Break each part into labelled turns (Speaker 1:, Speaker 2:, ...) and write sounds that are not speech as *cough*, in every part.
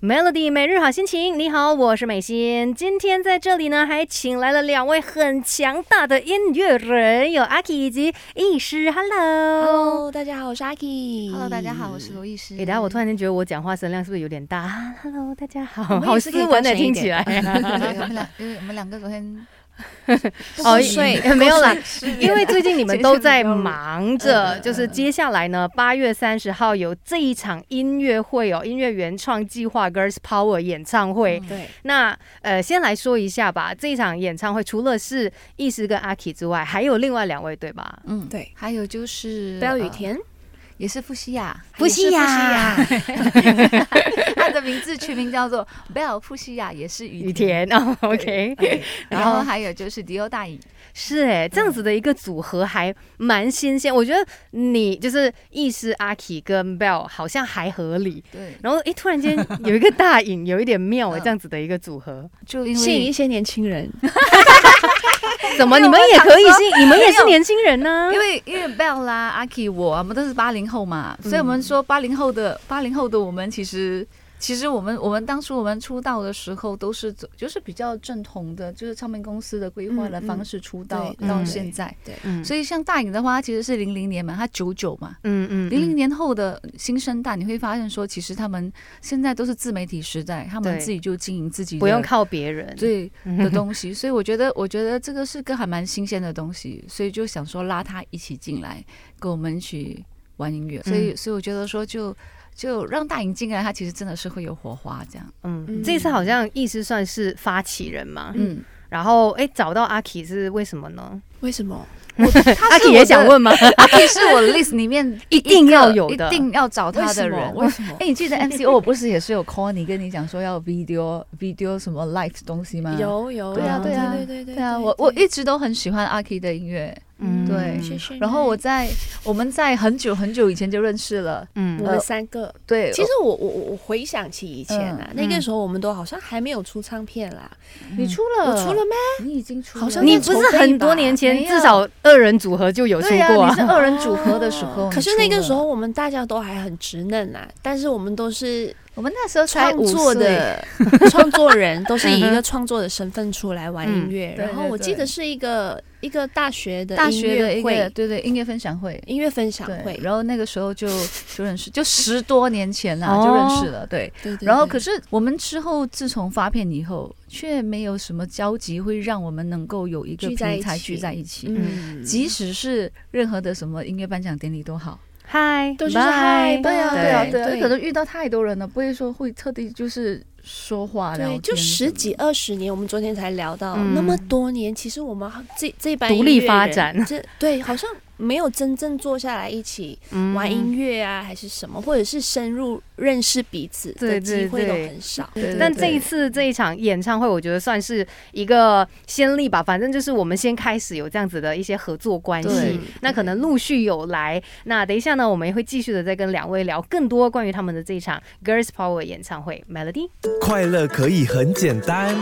Speaker 1: Melody 每日好心情，你好，我是美心。今天在这里呢，还请来了两位很强大的音乐人，有阿 k 以及医师。Hello，
Speaker 2: Hello，大家好，我是 Aki。
Speaker 3: Hello，大家好，我是
Speaker 2: *laughs*
Speaker 3: 罗医师。
Speaker 1: 哎、等一下我突然间觉得我讲话声量是不是有点大？Hello，大 *laughs* 家好，
Speaker 2: 们也
Speaker 1: 好
Speaker 2: 是可以
Speaker 1: 斯文
Speaker 2: 大
Speaker 1: 的
Speaker 2: 声一
Speaker 1: 听起来
Speaker 2: 点。 *laughs*
Speaker 3: *laughs* 对，我
Speaker 1: *laughs*
Speaker 3: 们两，因为我们两个昨天
Speaker 1: 哦
Speaker 3: 睡
Speaker 1: 没有啦，
Speaker 3: 是
Speaker 1: 因为最近你们都在忙着，
Speaker 3: 嗯嗯
Speaker 1: 就是接下来呢，八月三十号有这一场音乐会哦，音乐原创计划 Girls Power 演唱会。
Speaker 3: 嗯
Speaker 2: 对，
Speaker 1: 那呃，先来说一下吧，这一场演唱会除了是意识跟阿 k 之外，还有另外两位对吧？
Speaker 3: 嗯
Speaker 2: 对，
Speaker 3: 还有就是
Speaker 2: 不要雨
Speaker 3: 呃
Speaker 2: 田，
Speaker 3: 也是富西亚，
Speaker 1: 富西亚
Speaker 3: 也是富西 *laughs* 亚，他的名字取名叫做 Bell 富西亚，也是
Speaker 1: 雨
Speaker 3: 雨田。
Speaker 1: 田哦，OK， *laughs*
Speaker 3: 然后还有就是迪欧大影，
Speaker 1: 是哎，这样子的一个组合还蛮新鲜，我觉得你就是意识阿 k 跟 Bell 好像还合理。
Speaker 3: 对，
Speaker 1: 然后诶，突
Speaker 3: *laughs*
Speaker 1: 然间有一个大影，有一点妙哎，
Speaker 3: 嗯
Speaker 1: 这样子的一个组合。
Speaker 3: 就因
Speaker 2: 吸引一
Speaker 3: 为
Speaker 2: 些年轻人。
Speaker 3: 嗯
Speaker 1: 怎么你们也可以是，你们也是年轻人呢、
Speaker 3: 因为因为 Bell 啦、阿 k 我我们都是八零后嘛，
Speaker 1: 嗯
Speaker 3: 所以我们说八零后的八零后的我们其实。其实我们我们当初我们出道的时候都是走就是比较正统的，就是唱片公司的规划的
Speaker 2: 嗯嗯
Speaker 3: 方式出道、
Speaker 2: 对
Speaker 3: 到
Speaker 1: 对
Speaker 3: 现在。
Speaker 1: 嗯
Speaker 3: 所以像大影的话，它其实是零零年嘛，它九九嘛，
Speaker 1: 嗯嗯
Speaker 3: 零零年后的新生代，你会发现说，其实他们现在都是自媒体时代，他们
Speaker 1: 对
Speaker 3: 自己就经营自己的，
Speaker 1: 不用靠别人，
Speaker 3: 对 *laughs*
Speaker 1: 嗯
Speaker 3: 的东西，所以我觉得，我觉得这个是个还蛮新鲜的东西，所以就想说拉他一起进来，跟我们一起玩音乐，所以所以我觉得说就就让大影进来，他其实真的是会有火花这样，
Speaker 1: 嗯，
Speaker 2: 嗯
Speaker 1: 这次好像意思算是发起人嘛，嗯，
Speaker 3: 嗯，
Speaker 1: 然后哎找到阿 k 是为什么呢？
Speaker 2: 为什么？
Speaker 1: 阿 k 也想
Speaker 3: *laughs*
Speaker 1: 问吗？
Speaker 3: 阿 K 是我 list 里面
Speaker 1: 一定
Speaker 3: 个
Speaker 1: 要有的
Speaker 3: 一定要找
Speaker 2: 为
Speaker 3: 他
Speaker 2: 什
Speaker 3: 的
Speaker 2: 么？
Speaker 3: 人，
Speaker 2: 为什么
Speaker 3: 哎、？你记得 MCO 我不是也是有 call 你，跟你讲说要 video video 什么 live 东西吗？。
Speaker 2: 有有，
Speaker 3: 对啊
Speaker 2: 有
Speaker 3: 对啊
Speaker 2: 嗯对对对
Speaker 3: 对啊，我我一直都很喜欢阿 K 的音乐，
Speaker 1: 嗯
Speaker 3: 对
Speaker 2: 谢谢你。
Speaker 3: 然后我在我们在很久很久以前就认识了，
Speaker 1: 嗯
Speaker 2: 我们三个，
Speaker 3: 对，哦
Speaker 2: 其实呃我我我我回想起以前啊，
Speaker 1: 嗯
Speaker 2: 那
Speaker 1: 嗯
Speaker 2: 个时候我们都好像还没有出唱片啦。
Speaker 3: 你出
Speaker 2: 我
Speaker 3: 了，
Speaker 2: 出了，嗯没？
Speaker 3: 嗯你已经出了，
Speaker 2: 好像
Speaker 1: 你
Speaker 2: 念
Speaker 1: 不
Speaker 2: 筹
Speaker 1: 是
Speaker 2: 备
Speaker 1: 很多
Speaker 2: 吧
Speaker 1: 年前
Speaker 3: 没有
Speaker 1: 至少二人组合就有出
Speaker 3: 对呀、
Speaker 1: 过啊
Speaker 3: 你是二人组 *laughs* 合的时候，
Speaker 2: 哦
Speaker 3: 你
Speaker 2: 可是那个
Speaker 3: 出了
Speaker 2: 时候我们大家都还很稚嫩啊，但是我们都是
Speaker 3: 我们那时候才
Speaker 2: 创
Speaker 3: 五
Speaker 2: 作
Speaker 3: 岁，
Speaker 2: 的创作人，都是以一个创作的身份出来玩音乐。
Speaker 3: 嗯
Speaker 2: 然后
Speaker 3: 对对
Speaker 2: 我记得
Speaker 3: 对
Speaker 2: 是一个一个大学的
Speaker 3: 大
Speaker 2: 音
Speaker 3: 学的
Speaker 2: 乐
Speaker 3: 一个
Speaker 2: 会
Speaker 3: 对对音乐分享会。
Speaker 2: 音乐分享
Speaker 3: 对
Speaker 2: 会，，
Speaker 3: 然后那个时候就就认识，就十多年前啦，
Speaker 1: 哦
Speaker 3: 就认识了。对，
Speaker 2: 对对。
Speaker 3: 然后可
Speaker 2: 是
Speaker 3: 是我们之后自从发片以后，却没有什么交集，会让我们能够有一个
Speaker 2: 聚在一
Speaker 3: 平台
Speaker 2: 起
Speaker 3: 聚在一起。
Speaker 2: 嗯，
Speaker 3: 即使是任何的什么音乐颁奖典礼都好，
Speaker 1: 嗨，
Speaker 2: 都是
Speaker 1: 拜
Speaker 2: 嗨拜
Speaker 3: 对啊，对啊，对啊，
Speaker 2: 对
Speaker 3: 可能遇到太多人了，不会说会特地就是说话聊
Speaker 2: 对，
Speaker 3: 天
Speaker 2: 就十几
Speaker 3: 什么
Speaker 2: 二十年，我们昨天才聊到
Speaker 1: 嗯
Speaker 2: 那么多年，其实我们这这班
Speaker 1: 独立
Speaker 2: 音乐人
Speaker 1: 发展
Speaker 2: 这对好像没有真正坐下来一起
Speaker 1: 嗯
Speaker 2: 玩音乐啊，还是什么，或者是深入认识彼此的
Speaker 1: 对对
Speaker 2: 机会都
Speaker 1: 对
Speaker 2: 很少。
Speaker 3: 对对
Speaker 1: 但这一次这一场演唱会，我觉得算是一个先例吧。反正就是我们先开始有这样子的一些合作关系
Speaker 3: 对，
Speaker 1: 那可能陆续有来。那等一下呢，我们也会继续的再跟两位聊更多关于他们的这一场 Girls Power 演唱会 Melody。
Speaker 4: 快乐可以很简单，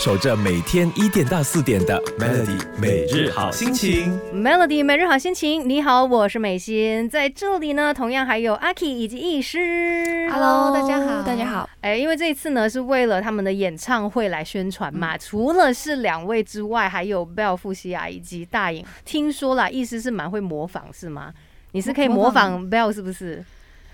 Speaker 4: 守着每天一点到四点的 Melody 每日好心情。
Speaker 1: Melody 每日好心情，你好，我是美心，在这里呢，同样还有阿 k 以及易师。
Speaker 3: Hello，大家好
Speaker 2: 大家好。
Speaker 1: 哎，因为这一次呢是为了他们的演唱会来宣传
Speaker 3: 嗯
Speaker 1: 嘛，除了是两位之外，还有贝尔富西亚以及大影。听说啦，意思是蛮会模仿是吗？你是可以模
Speaker 3: 模仿
Speaker 1: 仿 Bell 是不是？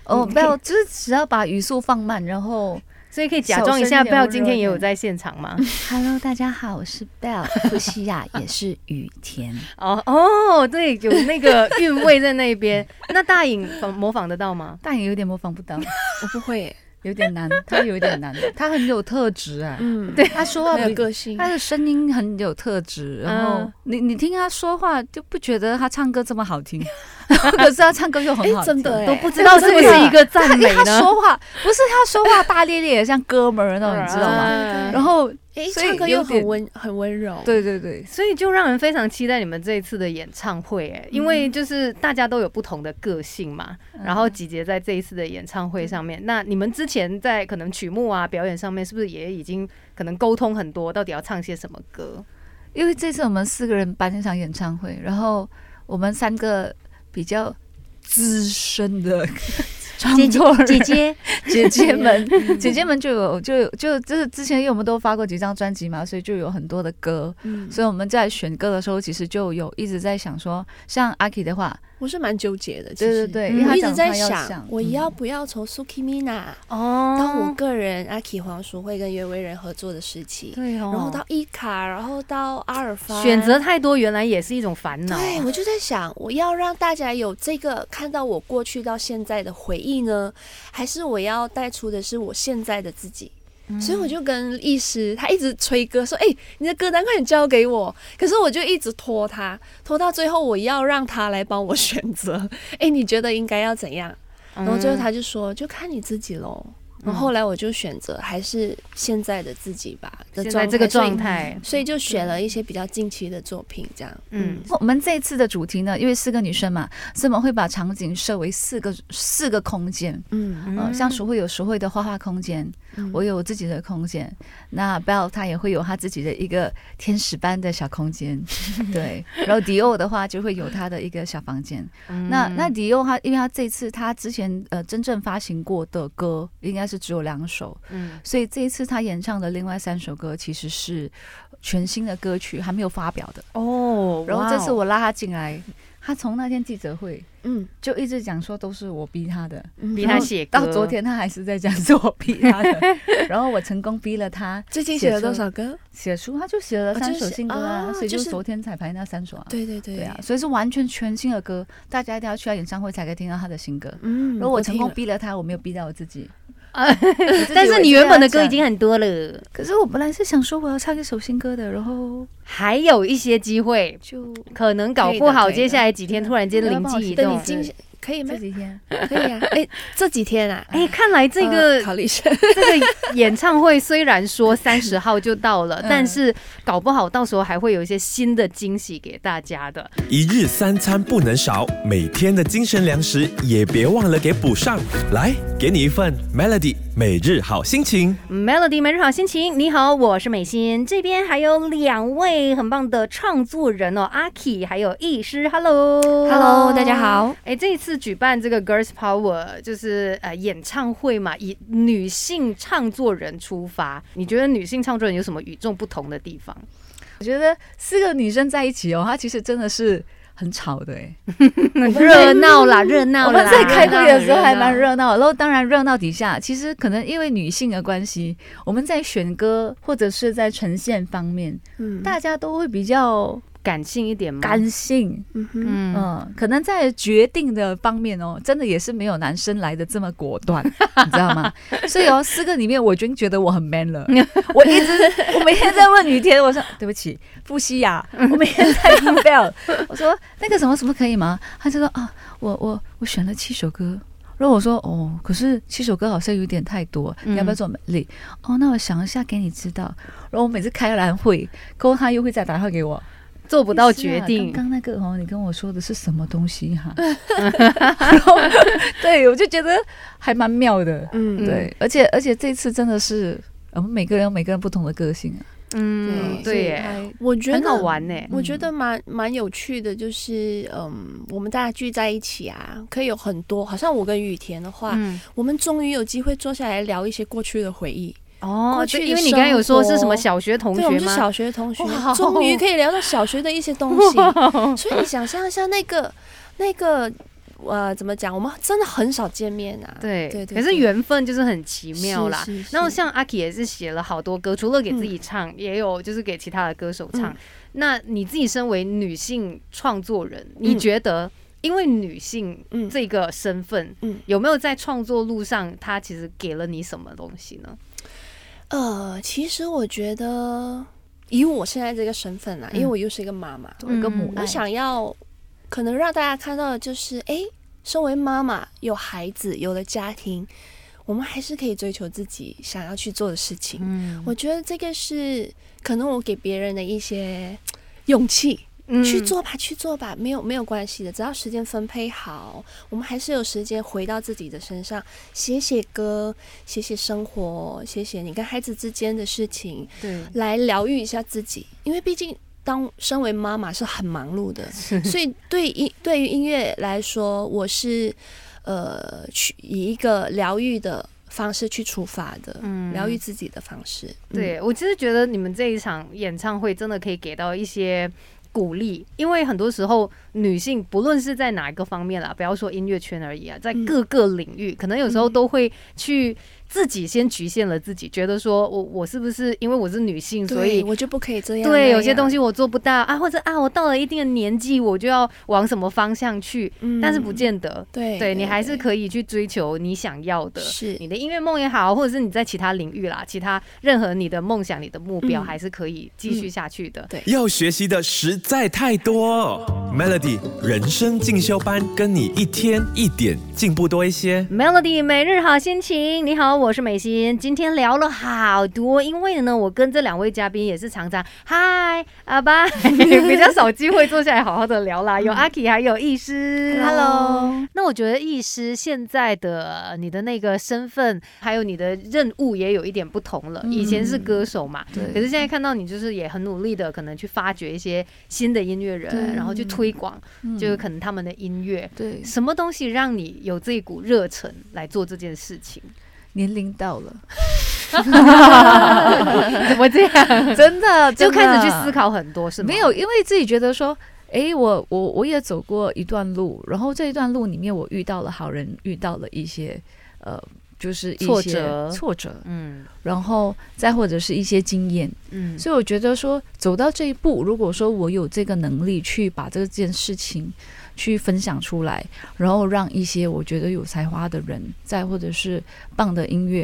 Speaker 3: 哦，
Speaker 1: 嗯
Speaker 3: 不要，就是只要把语速放慢，然后
Speaker 1: 所以可以假装一下
Speaker 3: 小生
Speaker 1: Bell
Speaker 3: 柔
Speaker 1: 今天也有
Speaker 3: 弱
Speaker 1: 在现场
Speaker 3: *laughs*
Speaker 1: 吗？
Speaker 3: Hello，大家好，我是 Bell，不西亚，也是雨田。
Speaker 1: 哦哦，对，有那个韵味在那边。那大影仿模仿得到吗？
Speaker 3: 但也有点模仿不到，
Speaker 2: 我不会，
Speaker 3: 有点难，他有点难，他很有特质啊，
Speaker 2: 嗯，
Speaker 1: 对
Speaker 3: *laughs* 他说话
Speaker 2: 没有
Speaker 3: 比
Speaker 2: 个性，
Speaker 3: 他的声音很有特质，然后、
Speaker 1: 嗯
Speaker 3: 你你听他说话就不觉得他唱歌这么好听，可是他唱歌又很好
Speaker 2: 哎，
Speaker 3: 听。
Speaker 2: 真的
Speaker 1: 都
Speaker 2: 哎
Speaker 1: 不知道是不是一个赞
Speaker 3: 因为
Speaker 1: 美
Speaker 3: *laughs* 哎他
Speaker 1: 呢？
Speaker 3: 说话不是他说话大咧咧，像哥们儿那种，你知道吗？
Speaker 1: 啊
Speaker 3: 然后，
Speaker 2: 哎，
Speaker 3: 所以
Speaker 2: 唱歌
Speaker 3: 有
Speaker 2: 又很
Speaker 3: 点
Speaker 2: 温很温柔，
Speaker 3: 对对对，
Speaker 1: 所以就让人非常期待你们这一次的演唱会，哎，因为就是大家都有不同的个性嘛，然后集结在这一次的演唱会上面。那你们之前在可能曲目啊、表演上面，是不是也已经可能沟通很多，到底要唱些什么歌？
Speaker 3: 因为这次我们四个人办一场演唱会，然后我们三个比较资深的 *laughs* 创
Speaker 5: 姐姐
Speaker 3: 作人 *laughs*
Speaker 5: 姐姐，
Speaker 3: 姐姐们，姐姐们就有就有就就是之前因为我们都发过几张专辑嘛，所以就有很多的歌，
Speaker 2: 嗯，
Speaker 3: 所以我们在选歌的时候，其实就有一直在想说，像阿 K 的话，
Speaker 2: 我是蛮纠结的，其
Speaker 3: 对对
Speaker 2: 实。
Speaker 3: 对，
Speaker 1: 嗯
Speaker 3: 因为
Speaker 2: 我
Speaker 3: 他
Speaker 2: 一直
Speaker 3: 讲他
Speaker 2: 在
Speaker 3: 要
Speaker 2: 想
Speaker 3: 想，
Speaker 2: 我
Speaker 3: 嗯
Speaker 2: 要不要从 Suki Mina
Speaker 1: *laughs* 哦
Speaker 2: 到我个人阿 k 黄淑慧跟袁惟仁合作的时期，
Speaker 1: 对哦，
Speaker 2: 然后到伊卡，然后到阿尔法，
Speaker 1: 选择太多，原来也是一种烦恼。
Speaker 2: 对，我就在想，我要让大家有这个看到我过去到现在的回忆呢，还是我要带出的是我现在的自己？
Speaker 1: 嗯
Speaker 2: 所以我就跟医师，他一直催歌说：“哎、你的歌单快点交给我。”可是我就一直拖他，拖到最后，我要让他来帮我选择。 *laughs* 哎、你觉得应该要怎样？
Speaker 1: 嗯，
Speaker 2: 然后最后他就说：“就看你自己喽。”然后后来我就选择还是现在的自己吧，的
Speaker 1: 现
Speaker 2: 状
Speaker 1: 在这个
Speaker 2: 态所以
Speaker 1: 状态，
Speaker 2: 所以就选了一些比较近期的作品，这样。
Speaker 1: 嗯，
Speaker 3: 我们这一次的主题呢，因为四个女生嘛，所以我们会把场景设为四个四个空间。
Speaker 2: 嗯，
Speaker 3: 呃，像淑慧有淑慧的画画空间，我有我自己的空间。那 Bell 她也会有她自己的一个天使般的小空间，对。然后迪欧的话就会有她的一个小房间。
Speaker 1: 嗯
Speaker 3: 那那迪欧她，因为她这次她之前呃真正发行过的歌应该是只有两首，
Speaker 1: 嗯
Speaker 3: 所以这一次她演唱的另外三首歌其实是全新的歌曲，还没有发表的。
Speaker 1: 哦，
Speaker 3: 然后
Speaker 1: 哇
Speaker 3: 这次
Speaker 1: 哦
Speaker 3: 我拉他进来，他从那天记者会
Speaker 2: 嗯，
Speaker 3: 就一直讲说都是我逼他的，
Speaker 1: 逼
Speaker 3: 然
Speaker 1: 他
Speaker 3: 后
Speaker 1: 写歌，
Speaker 3: 到昨天他还是在讲是我逼
Speaker 1: *laughs*
Speaker 3: 他的，然后我成功逼了他
Speaker 2: 最近
Speaker 3: 写
Speaker 2: 写了
Speaker 3: 出
Speaker 2: 多少歌？
Speaker 1: 啊
Speaker 3: 写出，他就写了
Speaker 2: 哦
Speaker 3: 三
Speaker 2: 就是
Speaker 3: 首新歌
Speaker 2: 啊
Speaker 3: 啊，所以就
Speaker 2: 就是
Speaker 3: 昨天彩排那三首啊，
Speaker 2: 对对对，
Speaker 3: 对啊，所以是完全全新的歌，大家一定要去他演唱会才可以听到他的新歌。
Speaker 2: 嗯，
Speaker 3: 然后我成功
Speaker 2: 听了，
Speaker 3: 逼了他，我没有逼到我
Speaker 1: *laughs*
Speaker 3: 自己。
Speaker 1: 啊
Speaker 2: 哦
Speaker 3: 我自己
Speaker 1: 但是
Speaker 3: 我也
Speaker 1: 你
Speaker 3: 这
Speaker 1: 原本
Speaker 3: 样
Speaker 1: 的歌已
Speaker 3: 讲，
Speaker 1: 经很多了，
Speaker 3: 可是我本来是想说我要唱一首新歌的，然后
Speaker 1: 还有一些机会，
Speaker 2: 就
Speaker 1: 可能搞
Speaker 3: 可以
Speaker 1: 不
Speaker 3: 的
Speaker 1: 好
Speaker 3: 可以的
Speaker 1: 接下来几天突然间
Speaker 3: 你要
Speaker 1: 灵
Speaker 3: 帮我
Speaker 1: 机一
Speaker 3: 写
Speaker 2: 等
Speaker 1: 动
Speaker 2: 你。今可以吗
Speaker 3: 这？几天
Speaker 2: *laughs* 可
Speaker 1: *laughs*
Speaker 2: 以啊，哎，这几天啊，
Speaker 1: 哎，看来这个 *laughs*
Speaker 2: 呃考虑一下，
Speaker 1: 这个演唱会虽然说三十号就到
Speaker 2: *laughs*
Speaker 1: 了，
Speaker 3: 嗯
Speaker 1: 但是搞不好到时候还会有一些新的惊喜给大家的。
Speaker 4: 一日三餐不能少，每天的精神粮食也别忘了给补上。来，给你一份 Melody 每日好心情。
Speaker 1: Melody 每日好心情，你好，我是美心，这边还有两位很棒的创作人哦，阿 k 还有艺师，Hello，Hello，
Speaker 2: Hello，大家好。
Speaker 1: 哎，这一次举办这个 Girls Power 就是呃演唱会嘛，以女性创作人出发，你觉得女性创作人有什么与众不同的地方？
Speaker 3: 我觉得四个女生在一起哦，她其实真的是很吵的哎。
Speaker 1: 热闹啦，热闹
Speaker 3: 我
Speaker 1: 啦！
Speaker 3: 们在开会的时候还
Speaker 1: 热闹
Speaker 3: 蛮热闹，然后当然热闹底下，其实可能因为女性的关系，我们在选歌或者是在呈现方面，
Speaker 2: *laughs* 嗯
Speaker 3: 大家都会比较
Speaker 1: 感性一点嘛，
Speaker 3: 感性。
Speaker 2: 嗯哼，
Speaker 1: 嗯
Speaker 3: 嗯，可能在决定的方面哦，真的也是没有男生来的这么果断，你知道吗？所以哦，四个里面我已经觉得我很 man 了。我一直，我每天在问雨天，我说对不起，不西雅，我每天在问 Bell，我说那个什么什么可以吗？他就说啊，我我我选了七首歌。然后我说哦，可是七首歌好像有点太多，你要不要做美丽？哦，那我想一下给你知道。然后我每次开完会，过后他又会再打电话给我，
Speaker 1: 做不到
Speaker 3: 意思啊
Speaker 1: 决定。
Speaker 3: 刚刚那个哦，你跟我说的是什么东西
Speaker 1: *laughs*
Speaker 3: 哈、然后对，我就觉得还蛮妙的。
Speaker 2: 嗯
Speaker 3: 对，而且而且这次真的是我们每个人有每个人不同的个性啊。
Speaker 1: 嗯，
Speaker 2: 对呃
Speaker 1: 对耶，
Speaker 2: 我觉得
Speaker 1: 很好。玩嗯呢。
Speaker 2: 我觉得蛮蛮有趣的，就是嗯，我们大家聚在一起啊，可以有很多。好像我跟雨田的话，
Speaker 1: 嗯，
Speaker 2: 我们终于有机会坐下来聊一些过去的回忆。
Speaker 1: 哦，
Speaker 2: 过
Speaker 1: 就
Speaker 2: 去的
Speaker 1: 因为你刚才有说是什么
Speaker 2: 生活
Speaker 1: 小学同
Speaker 2: 对，我
Speaker 1: 学
Speaker 2: 们是
Speaker 1: 吗？ *laughs*
Speaker 2: 小学同学
Speaker 1: 哇，
Speaker 2: 终于可以聊到小学的一些东西。所以你想象一下那个那个呃，怎么讲？我们真的很少见面啊。
Speaker 1: 对
Speaker 2: 对对
Speaker 1: 可是
Speaker 2: 对
Speaker 1: 缘分就是很奇妙啦
Speaker 2: 是是。是嗯
Speaker 1: 然后像阿 k 也是写了好多歌，除了给自己唱，也有就是给其他的歌手唱。那你自己身为女性创作人，你觉得因为女性
Speaker 2: 嗯
Speaker 1: 这个身份，
Speaker 2: 嗯
Speaker 1: 有没有在创作路上，她其实给了你什么东西呢？
Speaker 2: 呃，其实我觉得以我现在这个身份啊，因为我又是一个妈妈，
Speaker 3: 做一个母
Speaker 1: 嗯
Speaker 3: 爱
Speaker 2: 我想要可能让大家看到的就是，哎，身为妈妈有孩子有了家庭，我们还是可以追求自己想要去做的事情。
Speaker 3: 嗯，
Speaker 2: 我觉得这个是可能我给别人的一些勇气，
Speaker 1: 嗯
Speaker 2: 去做吧，去做吧，没有没有关系的，只要时间分配好，我们还是有时间回到自己的身上，写写歌，写写生活，写写你跟孩子之间的事情，
Speaker 1: 对，
Speaker 2: 来疗愈一下自己，因为毕竟。当身为妈妈是很忙碌的，所以对音对于音乐来说，我是呃去以一个疗愈的方式去出发的，
Speaker 1: 嗯
Speaker 2: 疗愈自己的方式。嗯，
Speaker 1: 对我其实觉得你们这一场演唱会真的可以给到一些鼓励，因为很多时候女性不论是在哪一个方面啦，不要说音乐圈而已啊，
Speaker 2: 嗯
Speaker 1: 在各个领域，可能有时候都会去自己先局限了自己，觉得说我我是不是因为我是女性，
Speaker 2: 嗯对
Speaker 1: 所以
Speaker 2: 我就不可以这样。
Speaker 1: 对有些东
Speaker 2: 西，
Speaker 1: 西我做不到啊，或者啊我到了一定的年纪我就要往什么方向去，
Speaker 2: 嗯
Speaker 1: 但是不见得。
Speaker 2: 对，
Speaker 1: 对你还是可以去追求你想要的，
Speaker 2: 是
Speaker 1: 你的音乐梦也好，或者是你在其他领域啦，其他任何你的梦想、你的目标，
Speaker 2: 嗯
Speaker 1: 还是可以继续下去的。
Speaker 2: 对
Speaker 4: 要学习的实在太多。Melody 人生进修班，跟你一天一点进步多一些。
Speaker 1: Melody 每日好心情，你好，我是美心。今天聊了好多，因为呢，我跟这两位嘉宾也是常常嗨阿爸， *laughs* 比较少机会坐下来好好的聊啦。有阿 K 还有医师
Speaker 3: 嗯 Hello，
Speaker 1: 那我觉得医师现在的你的那个身份，还有你的任务也有一点不同了。以前是歌手嘛，
Speaker 3: 嗯对
Speaker 1: 可是现在看到你就是也很努力的，可能去发掘一些新的音乐人，
Speaker 3: 对
Speaker 1: 然后去推广，就是
Speaker 3: 嗯
Speaker 1: 可能他们的音乐。
Speaker 3: 对
Speaker 1: 什么东西让你有这一股热忱来做这件事情？
Speaker 3: 年龄到
Speaker 1: *laughs*
Speaker 3: 了，
Speaker 1: 怎么这样？
Speaker 3: 真的
Speaker 1: 就开始去
Speaker 3: 考。
Speaker 1: 思考很多，是吗？
Speaker 3: 没有，，因为自己觉得说，诶，我我我也走过一段路，然后这一段路里面我遇到了好人，遇到了一些呃，就是一些
Speaker 1: 挫折
Speaker 3: 挫折，
Speaker 1: 嗯
Speaker 3: 然后再或者是一些经验，
Speaker 1: 嗯，
Speaker 3: 所以我觉得说走到这一步，如果说我有这个能力去把这件事情去分享出来，然后让一些我觉得有才华的人，再或者是棒的音乐。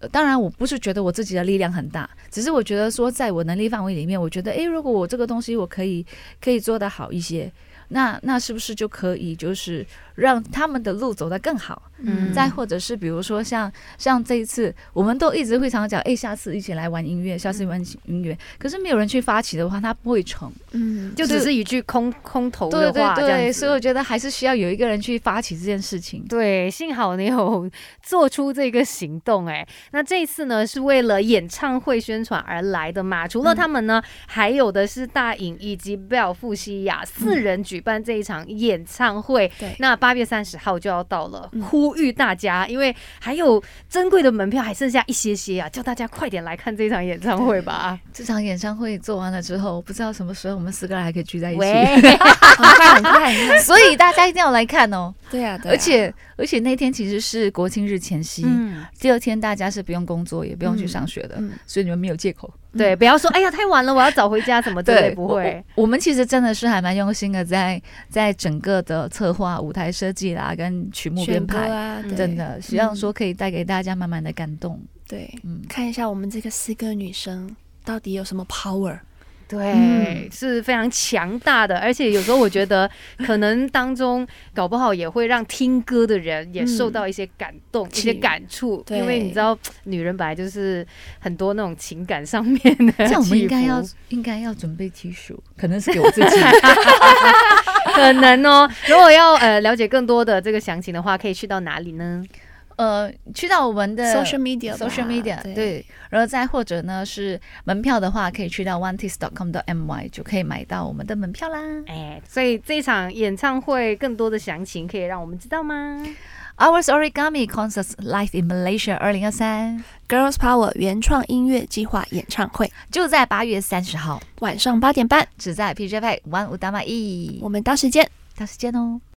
Speaker 3: 呃当然，我不是觉得我自己的力量很大，只是我觉得说，在我能力范围里面，我觉得，诶，如果我这个东西我可以可以做得好一些，那那是不是就可以就是让他们的路走得更好？
Speaker 1: 嗯
Speaker 3: 再或者是比如说像像这一次，我们都一直会常讲，哎，下次一起来玩音乐，下
Speaker 1: 嗯
Speaker 3: 次玩音乐。可是没有人去发起的话，它不会成。
Speaker 2: 嗯，
Speaker 1: 就只是一句空空头
Speaker 3: 对
Speaker 1: 的
Speaker 3: 对
Speaker 1: 话，这样
Speaker 3: 对，
Speaker 1: 子。
Speaker 3: 所以我觉得还是需要有一个人去发起这件事情。
Speaker 1: 对，幸好你有做出这个行动哎。那这一次呢，是为了演唱会宣传而来的嘛？除了他们呢，还有的是大颖以及 Bell 富西亚四人举办这一场演唱会。
Speaker 2: 对
Speaker 1: 那八月三十号就要到了，
Speaker 3: 嗯
Speaker 1: 呼吁大家，因为还有珍贵的门票还剩下一些些啊，叫大家快点来看这场演唱会吧。
Speaker 3: 这场演唱会做完了之后，不知道什么时候我们四个人还可以聚在一
Speaker 1: 喂
Speaker 3: *laughs* 起，，
Speaker 2: 很快很快，很快
Speaker 3: *laughs* 所以大家一定要来看
Speaker 1: *laughs*
Speaker 3: 哦。
Speaker 2: 对啊，对啊
Speaker 3: 而且而且那天其实是国庆日前夕，
Speaker 1: 嗯，
Speaker 3: 第二天大家是不用工作，也不用去上学的，
Speaker 2: 嗯
Speaker 3: 所以你们没有借口。
Speaker 1: *laughs* 对，不要说哎呀太晚了，我要早回家什么之类，不
Speaker 3: 我
Speaker 1: 会。
Speaker 3: 我。我们其实真的是还蛮用心的在，在整个的策划、舞台设计啦，跟曲目编
Speaker 2: 选歌
Speaker 3: 排，
Speaker 2: 啊，
Speaker 1: 嗯
Speaker 2: 对
Speaker 3: 真的希望说可以带给大家满满的感动。
Speaker 2: 对， *laughs*
Speaker 3: 嗯，
Speaker 2: 看一下我们这个四个女生到底有什么 power。
Speaker 1: 对，
Speaker 3: 嗯
Speaker 1: 是非常强大的，而且有时候我觉得可能当中搞不好也会让听歌的人也受
Speaker 3: 嗯
Speaker 1: 到一些感动、一
Speaker 2: 是
Speaker 1: 些感触，
Speaker 2: 对
Speaker 1: 因为你知道女人本来就是很多那种情感上面的起伏，
Speaker 3: 这样我们应该要应该要准备 T 恤，可能是给我自
Speaker 2: *laughs*
Speaker 3: 己。
Speaker 1: 可能哦。如果要呃了解更多的这个详情的话，可以去到哪里呢？
Speaker 3: 呃，去到我们的
Speaker 2: social media 吧
Speaker 3: social media
Speaker 2: 对
Speaker 3: 对，然后再或者呢是门票的话，可以去到 one t i s c o m m y 就可以买到我们的门票啦。
Speaker 1: 哎，所以这场演唱会更多的详情可以让我们知道吗？
Speaker 3: Ours Origami Concerts Live in Malaysia 二零二三，
Speaker 2: Girls Power 原创音乐计划演唱会，
Speaker 3: 就在八月三十号。
Speaker 2: 晚上八点半，
Speaker 3: 只在 PJ 派 One 五大马一，
Speaker 2: 我们到时见。
Speaker 3: 到时见哦。